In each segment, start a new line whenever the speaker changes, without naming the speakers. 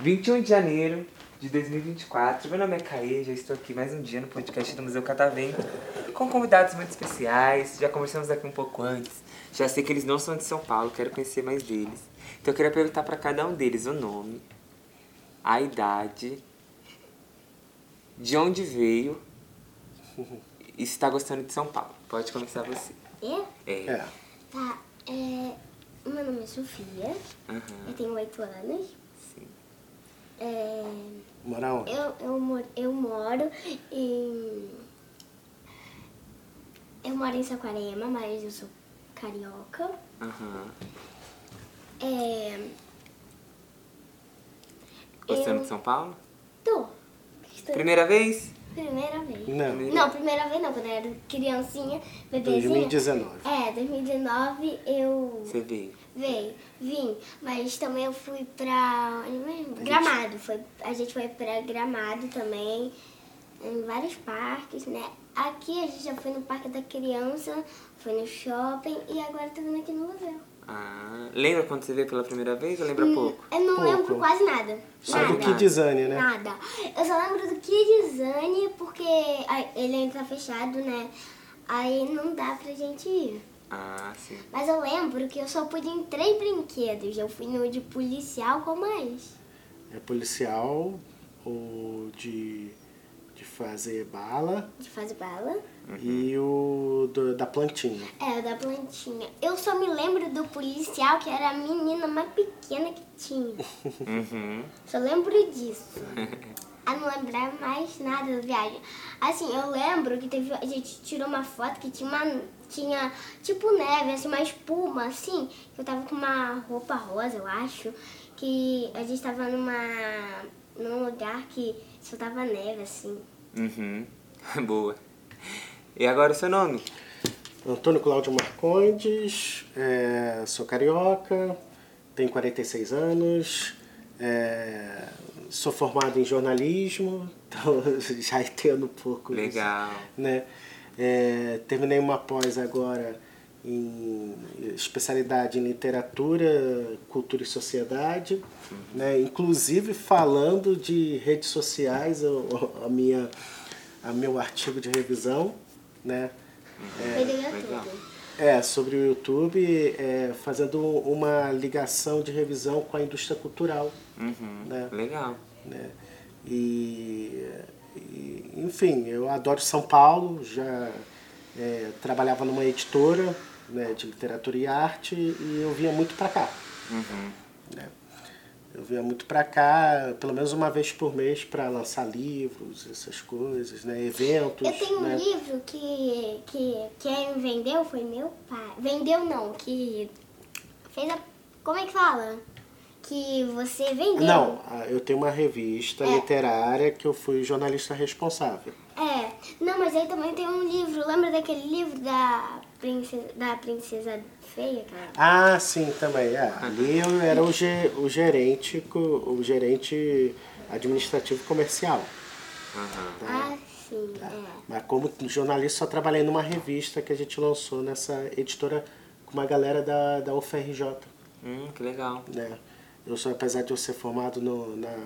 21 de janeiro de 2024. Meu nome é Caê, já estou aqui mais um dia no podcast do Museu Catavento com convidados muito especiais. Já conversamos aqui um pouco antes. Já sei que eles não são de São Paulo, quero conhecer mais deles. Então eu queria perguntar para cada um deles o nome, a idade, de onde veio e se está gostando de São Paulo. Pode começar você.
Eu?
É.
É.
Tá, é, meu nome é Sofia,
Aham,
eu tenho 8 anos.
sim.
É,
Morar onde?
eu, eu, moro, eu moro em. Eu moro em Saquarema, mas eu sou carioca.
Aham.
É,
Gostando
Eu-
é de São Paulo?
tô. Estou
Primeira vez?
primeira vez.
Não.
Não, primeira vez não, quando eu era criancinha, bebezinha.
2019.
É, 2019 eu
Você veio.
veio, vim, mas também eu fui pra onde mesmo? Gramado, foi, a gente foi pra Gramado também, em vários parques, né? Aqui a gente já foi no Parque da Criança, foi no shopping e agora tá vindo aqui no museu.
Ah, lembra quando você veio pela primeira vez ou lembra
Hum.
pouco?
Eu não lembro
É Pouco.
quase nada.
Só
nada.
do Kidzania, né?
Nada. Eu só lembro do Kidzane porque ah, ele ainda tá fechado, né? Aí não dá pra gente ir.
Ah, sim.
Mas eu lembro que eu só pude em três brinquedos. Eu fui no de policial, qual mais?
É policial ou de, de fazer bala
De fazer bala.
e o do- da plantinha.
É, o da plantinha. Eu só me lembro do policial, que era a menina mais pequena que tinha.
Uhum.
Só lembro disso. A não lembrar mais nada da viagem. Assim, eu lembro que teve, a gente tirou uma foto que tinha uma, tinha tipo neve, assim, uma espuma, assim. Eu tava com uma roupa rosa, eu acho, que a gente tava numa num lugar que só tava neve, assim.
Uhum. Boa. E agora o seu nome?
Antônio Cláudio Marcondes, é, sou carioca, tenho 46 anos, é, sou formado em jornalismo, então já entendo um pouco isso,
Legal.
né? É, terminei uma pós agora em especialidade em literatura, cultura e sociedade, né? inclusive falando de redes sociais, eu- a minha, a meu artigo de revisão, né?
Perdeu
legal.
tudo.
É, sobre o YouTube, é, fazendo uma ligação de revisão com a indústria cultural.
Uhum.
É.
Né?
Legal.
Né? E, e, enfim, eu adoro São Paulo, já é, trabalhava numa editora né, de literatura e arte e eu vinha muito para cá.
Uhum.
né? Eu vinha muito para cá, pelo menos uma vez por mês, para lançar livros, essas coisas, né? eventos.
Eu tenho um
né?
livro que, que é quem vendeu foi meu pai. Vendeu não, que fez a. Como é que fala? Que você vendeu.
Não, ah, eu tenho uma revista literária que eu fui jornalista responsável.
É. Não, mas aí também tem um livro. Lembra daquele livro da princesa, da princesa feia, cara?
Ah, sim, também. é. Ali eu era o, ge- o gerente, co- o gerente administrativo comercial.
Aham.
Ah, sim,
Tá.
é.
Mas como jornalista só trabalhei numa revista que a gente lançou nessa editora com uma galera da, da UFRJ.
Hum, que legal.
né? Eu sou, apesar de eu ser formado no- na,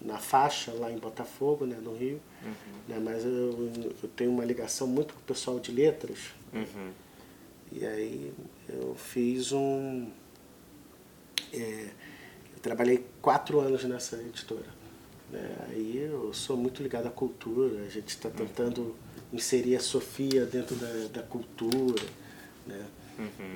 na faixa, lá em Botafogo, né, no Rio, né, mas eu, eu tenho uma ligação muito com o pessoal de letras.
Uhum.
E aí eu fiz um. é, eu trabalhei quatro anos nessa editora. né? Aí eu sou muito ligado à cultura, a gente está tentando inserir a Sofia dentro da, da cultura né?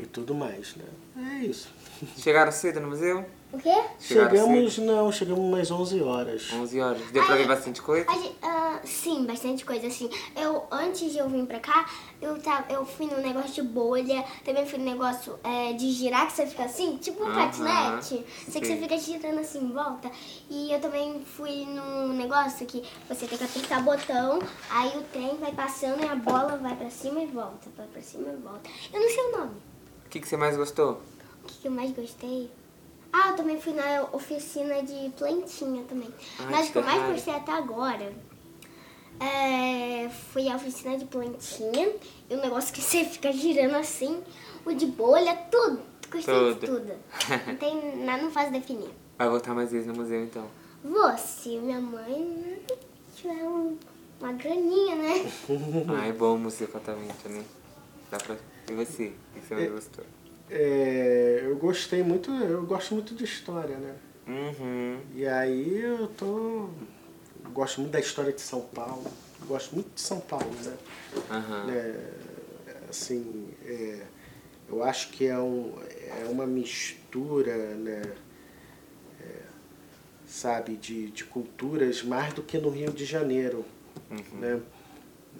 e tudo mais. Né? É isso.
Chegaram cedo no museu?
O quê?
Chegaram
Chegamos, não, chegamos umas 11 horas.
11 horas. Deu pra ver bastante coisa?
A gen- ah, sim, bastante coisa, assim. Eu, antes de eu vir pra cá, eu, tava, eu fui num negócio de bolha, também fui num negócio é, de girar, que você fica assim, tipo um
Aham,
patinete. Só que você
sim.
fica girando assim em volta. E eu também fui num negócio que você tem que apertar botão, aí o trem vai passando e a bola vai pra cima e volta, vai pra cima e volta. Eu não sei o nome.
O que, que você mais gostou?
O que, que eu mais gostei? Ah, eu também fui na oficina de plantinha também.
Ai,
Mas
que
o que eu mais
legal.
gostei até agora É, foi a oficina de plantinha. E o negócio que você fica girando assim, o de bolha, tudo. Gostei de
Tudo.
tudo. Não tem nada, não faz definir.
Vai voltar mais vezes no museu, então.
Você, minha mãe, hum, tiver um- uma graninha, né?
Ah, é bom o museu catavento, né? Dá pra... E você? O que você mais gostou?
É, eu gostei muito, eu gosto muito de história, né?
Uhum.
E aí eu tô. eu gosto muito da história de São Paulo. eu Gosto muito de São Paulo, né?
Aham.
É, assim, é, eu acho que é, um, é uma mistura, né? é, sabe, de, de culturas mais do que no Rio de Janeiro, né?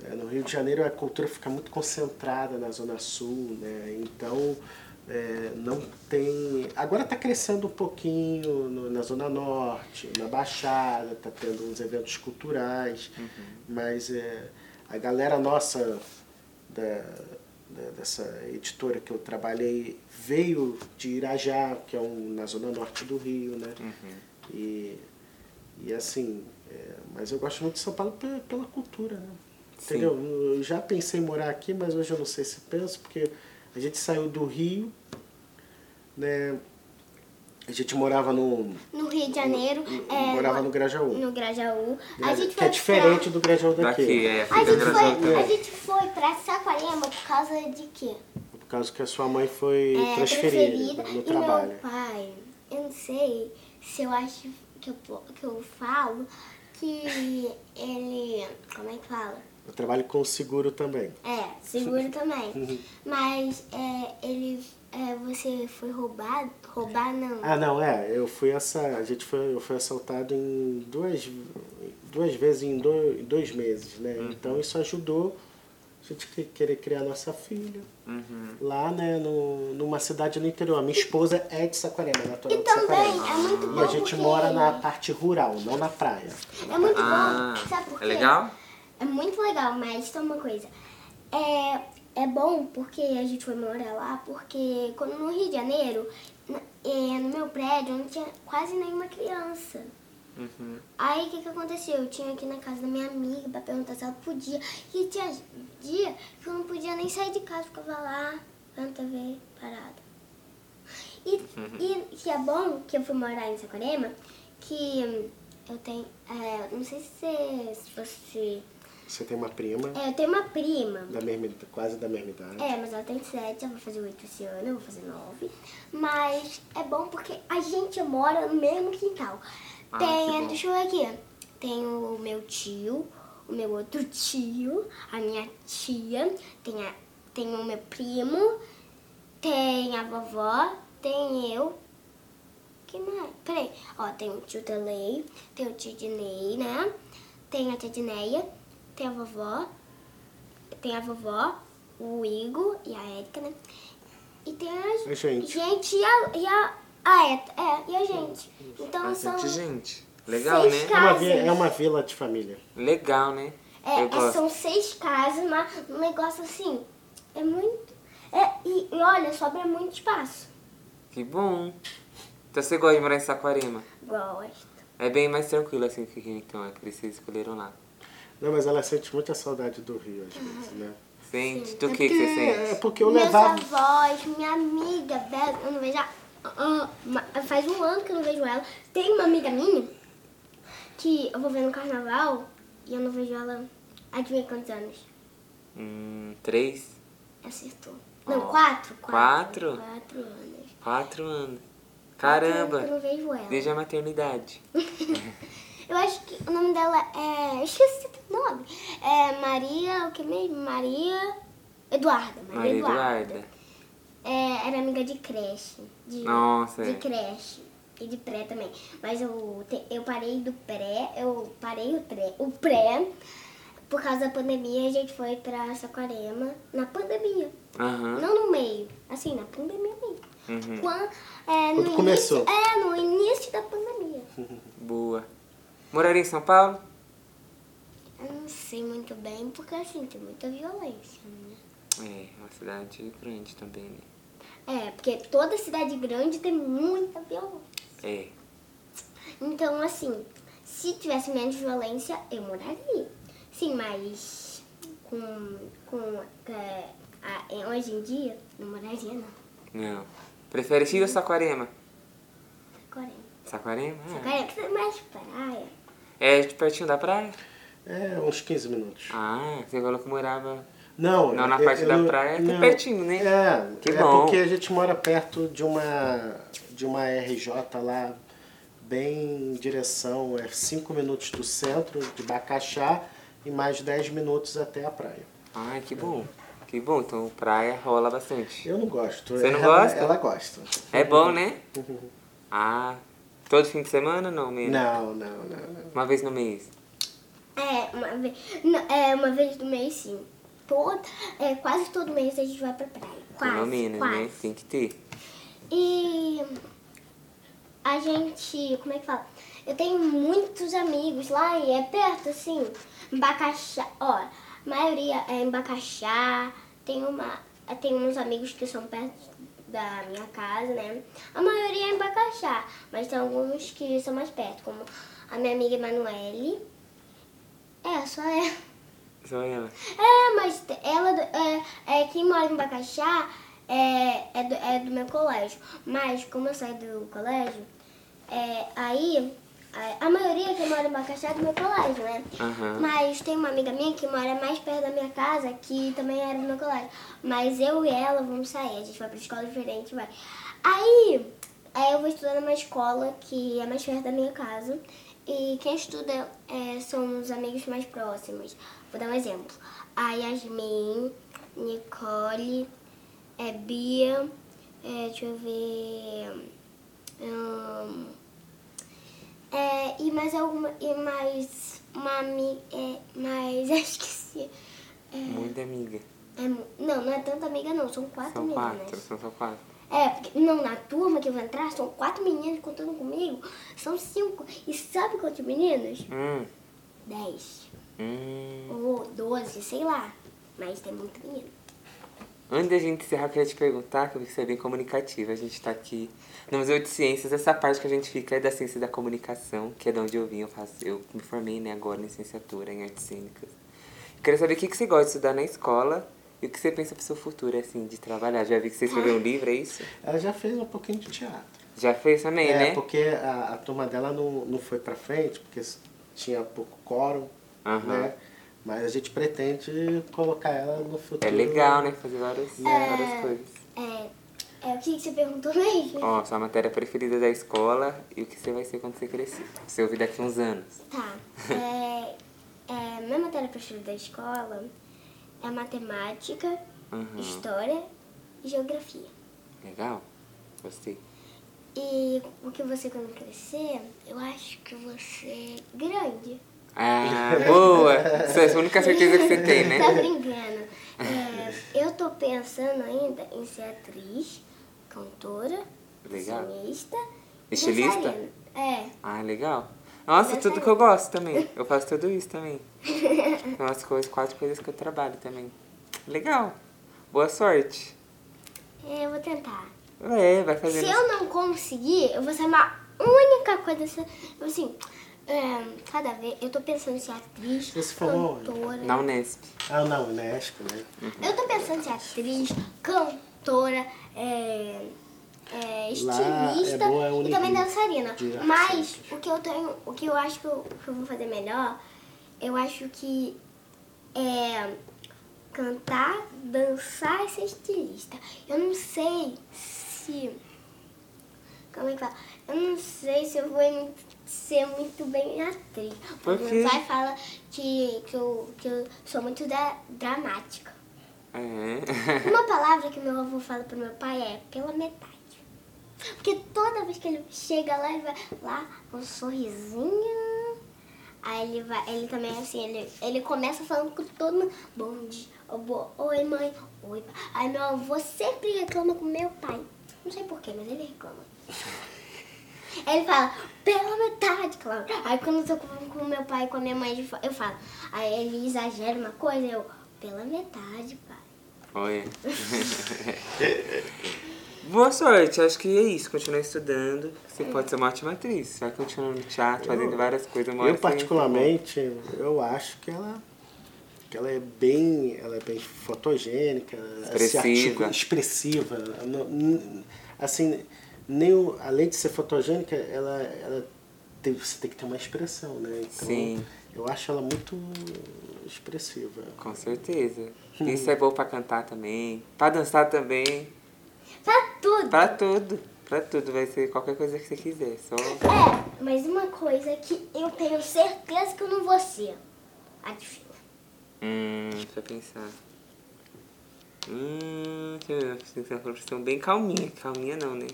É, No Rio de Janeiro a cultura fica muito concentrada na Zona Sul, né? Então é, não tem. Agora está crescendo um pouquinho no- na Zona Norte, na Baixada, está tendo uns eventos culturais, mas é, a galera nossa da- da- dessa editora que eu trabalhei veio de Irajá, que é um, na Zona Norte do Rio, né?
Uhum.
E, e assim, é, mas eu gosto muito de São Paulo pe- pela, cultura, né?
Sim.
Entendeu? Eu já pensei em morar aqui, mas hoje eu não sei se penso, porque a gente saiu do Rio, né? A gente morava no.
No Rio de Janeiro. é,
morava no Grajaú.
no Grajaú. A gente
que é
foi
diferente
pra...
do Grajaú daqui.
Daqui, é.
A
Aqui do
gente,
Brasil
foi, a
também.
gente foi pra Saquarema por causa de quê?
Por causa que a sua mãe foi
É,
transferida, no
e
trabalho.
meu pai, eu não sei se eu acho que eu, po- que eu falo que ele. Como é que fala?
Eu trabalho com seguro também.
É, seguro
Uhum.
também. Mas é, ele. é, você foi roubado? Roubar não.
Ah, não, é. Eu fui essa. A gente foi, eu fui assaltado em duas, duas vezes em dois, em dois meses, né? Então isso ajudou a gente que- querer criar nossa filha. Lá, né, no, numa cidade no interior. A minha esposa é de Saquarema, natural
e
de Saquarema.
também é muito bom.
E a gente
porque-
mora na parte rural, não na praia.
É muito
Ah,
bom. Sabe por
é
quê?
legal?
É muito legal, mas tem uma coisa. É, é bom porque a gente foi morar lá, porque quando no Rio de Janeiro, n- é, no meu prédio, não tinha quase nenhuma criança.
Uhum.
Aí o que, que aconteceu? Eu tinha aqui na casa da minha amiga pra perguntar se ela podia. E tinha dia que eu não podia nem sair de casa, ficava lá, vendo TV, parada. E, e que é bom que eu fui morar em Saquarema, que hum, eu tenho. é, não sei se, se você.
Você tem uma prima,
É, eu tenho uma prima.
da mesma, id- quase da mesma
Uhum.
idade.
É, mas ela tem sete, ela vai fazer oito esse ano, eu vou fazer nove. Mas é bom porque a gente mora no mesmo quintal.
Ah, que
tem,
bom.
deixa eu ver aqui. Tem o meu tio, o meu outro tio, a minha tia, tem, a, tem o meu primo, tem a vovó, tem eu. Que mais? Peraí, ó, tem o tio Delay, tem o tio Dinei, né? Tem a tia Dineia, tem a vovó, tem a vovó, o Igor e a Érica, né? E tem a
A gente.
e a, e a, a Et- é, e a gente. Então são.
Bastante gente. Legal,
Seis
né?
É uma,
casas.
vi- é uma vila de família.
Legal, né?
É,
Eu
é,
gosto.
são seis casas, mas um negócio assim, é muito. É, e, e olha, sobra muito espaço.
Que bom. Então você gosta de morar em Saquarema?
Gosto.
É bem mais tranquilo assim que o Rio, então, é que vocês escolheram lá.
Não, mas ela sente muita saudade do Rio, às vezes, né?
Sente? Do que, que você
é
sente?
porque eu
Meus
levava.
avós, minha amiga, Bela, eu não vejo a- ah, ma- faz um ano que eu não vejo ela. Tem uma amiga minha que eu vou ver no carnaval e eu não vejo ela. Adivinha quantos anos?
Hum, três?
Acertou. Não,
Ó,
quatro,
quatro?
quatro. Quatro anos.
Quatro anos.
Quatro anos que Eu
Caramba!
não vejo ela.
Desde a maternidade.
Eu acho que o nome dela é. Eu esqueci o nome. É Maria, o que mesmo? Maria. Eduarda. Maria,
Maria
Eduarda.
Eduarda.
É, era amiga de creche. De,
Nossa,
De
é.
creche. E de pré também. Mas eu, te- eu parei do pré, eu parei o pré, o pré. Por causa da pandemia, a gente foi pra Saquarema na pandemia.
Aham.
Não no meio. Assim, na pandemia mesmo.
Uhum.
Quan- é, no
Quando começou.
Início, é, no início da pandemia.
Boa. Moraria em São Paulo?
Eu não sei muito bem, porque assim, tem muita violência, né?
É, uma cidade grande também, né?
É, porque toda cidade grande tem muita violência.
É.
Então, assim, se tivesse menos violência, eu moraria. Sim, mas com, com é, a- é, hoje em dia, não moraria não.
Não. Prefere Chile ou Saquarema?
Saquarema.
Saquarema? é.
Saquarema que é mais praia.
É de pertinho da praia?
É, uns 15 minutos.
Ah, você falou que morava.
Não,
Não, na
eu-
parte
eu
da
não-
praia que é
não.
pertinho, né?
É,
Que
é
bom.
porque a gente mora perto de uma, de uma RJ lá, bem em direção, é 5 minutos do centro, de Bacaxá, e mais 10 minutos até a praia.
Ai, que bom. Que bom, então praia rola bastante.
Eu não gosto.
Você não
ela,
gosta?
Ela gosta.
É bom, né? Ah, todo fim de semana não mesmo?
Não, não, não. não.
Uma vez no mês?
É, uma vez, não, é, uma vez do mês sim. Todo, é, quase todo mês a gente vai pra praia. Quase,
Pelo menos,
quase.
né? Tem que ter.
E a gente, como é que fala? Eu tenho muitos amigos lá e é perto, assim, em Bacaxá, ó, a maioria é em Bacaxá, tem uma. Tem uns amigos que são perto da minha casa, né? A maioria é em Bacaxá, mas tem alguns que são mais perto, como a minha amiga Emanuele. É, só é.
Só ela.
É, mas te- ela do- é, é, quem mora em Bacaxá é, é, do, é do meu colégio. Mas como eu saí do colégio, é, aí a, a maioria que mora em Bacaxá é do meu colégio, né?
Aham.
Mas tem uma amiga minha que mora mais perto da minha casa, que também era do meu colégio. Mas eu e ela vamos sair, a gente vai pra escola diferente, vai. Aí, aí eu vou estudar numa escola que é mais perto da minha casa. E quem estuda é, são os amigos mais próximos. Vou dar um exemplo. A Yasmin, Nicole, é, Bia, é, deixa eu ver. hum, é, e mais alguma. E mais uma amiga. É, mas eu esqueci. É,
Muita amiga.
é mu- não, não é tanta amiga não, são quatro né?
São
meninas.
quatro, são só quatro.
É, porque não, na turma que eu vou entrar, são quatro meninas contando comigo, são cinco. E sabe quantos meninos?
Hum.
Dez.
Hum.
Ou doze, sei lá. Mas tem muito menino.
Antes da gente encerrar, eu queria te perguntar, que eu vi que você é bem comunicativa. A gente tá aqui no Museu de Ciências. Essa parte que a gente fica é da ciência da comunicação, que é de onde eu vim. Eu, faço, eu me formei né, agora em licenciatura em artes cênicas. Eu queria saber o que, que você gosta de estudar na escola e o que você pensa pro seu futuro, assim, de trabalhar. Já vi que você escreveu um livro, é isso?
Ela já fez um pouquinho de teatro.
Já fez também,
é,
né?
porque a, a turma dela não, não foi pra frente, porque s- tinha pouco quórum,
Aham.
né? Mas a gente pretende colocar ela no futuro.
É legal, né? Fazer várias, várias coisas.
É, é o que que você perguntou mesmo?
Ó, sua matéria preferida da escola e o que você vai ser quando você crescer. Você ouvir daqui uns anos.
Tá. É, é, minha matéria preferida da escola é matemática,
Uhum.
história e geografia.
Legal? Gostei.
E o que você quando crescer, eu acho que você é grande.
Ah, boa! Essa é a única certeza que você tem, né?
Tá brincando. É, eu tô pensando ainda em ser atriz, cantora,
Legal.
desenhista,
Estilista?
dançarina. É.
Ah, legal. Nossa, tudo que eu gosto também. Eu faço tudo isso também. São as coisas, quatro coisas que eu trabalho também. Legal. Boa sorte.
É, eu vou tentar.
É, vai fazer.
Se eu não conseguir, eu vou ser uma única coisa. se- Assim, é, cada vez. Eu tô pensando em ser atriz,
Você se formou onde?
cantora.
Na Unesp.
Ah, não, Unesco, né?
Uhum.
Eu tô pensando em ser atriz, cantora, é, é,
Lá é
estilista
boa, é
e
Unirio,
também dançarina.
de artes
Mas
cênicas.
o que eu tenho, o que eu acho que eu, que eu vou fazer melhor, eu acho que é cantar, dançar e ser estilista. Eu não sei se. Como é que fala? Eu não sei se eu vou em- ser muito bem atriz.
Por
Porque
quê?
meu pai fala que, que, eu, que eu sou muito da- dramática.
É.
Uma palavra que meu avô fala pro meu pai é pela metade. Porque toda vez que ele chega lá, ele vai lá com um sorrisinho. Aí ele vai, ele também assim, ele, ele começa falando com todo mundo. Bom dia, ô bo- oi mãe, oi pai. Aí meu avô sempre reclama com meu pai. Não sei porquê, mas ele reclama. Aí Ele fala, pela metade, Cláudia. Aí quando eu tô com, com meu pai e com a minha mãe, ele fa- eu falo. Aí ele exagera uma coisa, eu, pela metade, pai.
Oi. Boa sorte, acho que é isso. Continuar estudando. Você pode ser uma ótima atriz. Vai continuar no teatro, fazendo várias coisas. uma hora
Eu,
você entra no-
particularmente, eu acho que ela que ela é bem, ela é bem fotogênica, se
Expressiva.
articula- expressiva. Não- n- Assim, nem o- além de ser fotogênica, ela, ela tem, você tem que ter uma expressão, né? Então,
Sim.
eu acho ela muito expressiva.
Com certeza. Isso é bom pra cantar também, pra dançar também,
Pra tudo.
pra tudo. Pra tudo, vai ser qualquer coisa que você quiser. Só
É, mas uma coisa que eu tenho certeza que eu não vou ser. Adivinha.
Hum, deixa eu pensar. Hum, deixa eu ver, eu preciso ser uma profissão bem calminha. Calminha não, né?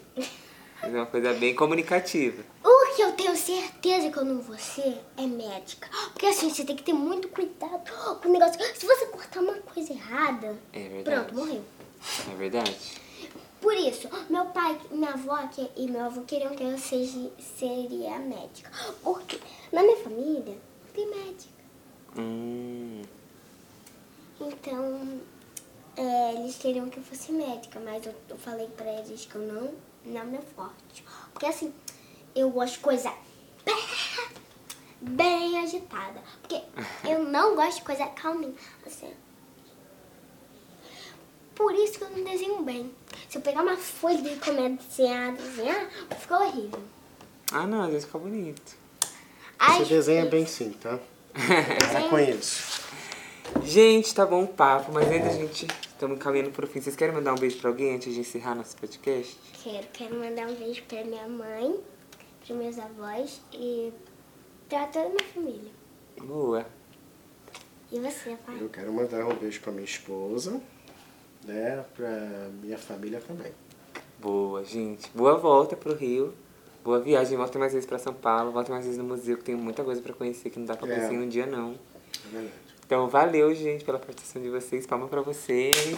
Mas é uma coisa bem comunicativa.
O que eu tenho certeza que eu não vou ser é médica. Porque assim, você tem que ter muito cuidado com o negócio. Se você cortar uma coisa errada,
É verdade.
pronto, morreu.
É verdade.
Por isso, meu pai, minha avó que- e meu avô queriam que eu seja, seria médica. Porque na minha família tem médica.
Hum,
Então, é, eles queriam que eu fosse médica, mas eu, eu falei pra eles que eu não, não é forte. Porque assim, eu gosto de coisa bem- bem agitada. Porque eu não gosto de coisa calminha, assim. Por isso que eu não desenho bem. Se eu pegar uma folha e começar a desenhar, fica horrível.
ah não, às vezes fica bonito.
Aí,
Você desenha bem sim, tá? Para com isso.
Gente, tá bom o papo, mas ainda a gente estamos caminhando pro fim. Vocês querem mandar um beijo pra alguém antes de encerrar nosso podcast?
Quero, quero mandar um beijo pra minha mãe, pros meus avós e pra toda a minha família.
Boa.
E você, pai?
Eu quero mandar um beijo para minha esposa, né? Para minha família também. tá
Boa, gente. Boa volta pro Rio. Boa viagem. Volta mais vezes pra São Paulo. Volta mais vezes no museu, que tem muita coisa pra conhecer, que não dá pra
É.
conhecer em um dia, não.
É verdade.
Então, valeu, gente, pela participação de vocês. Palma pra vocês.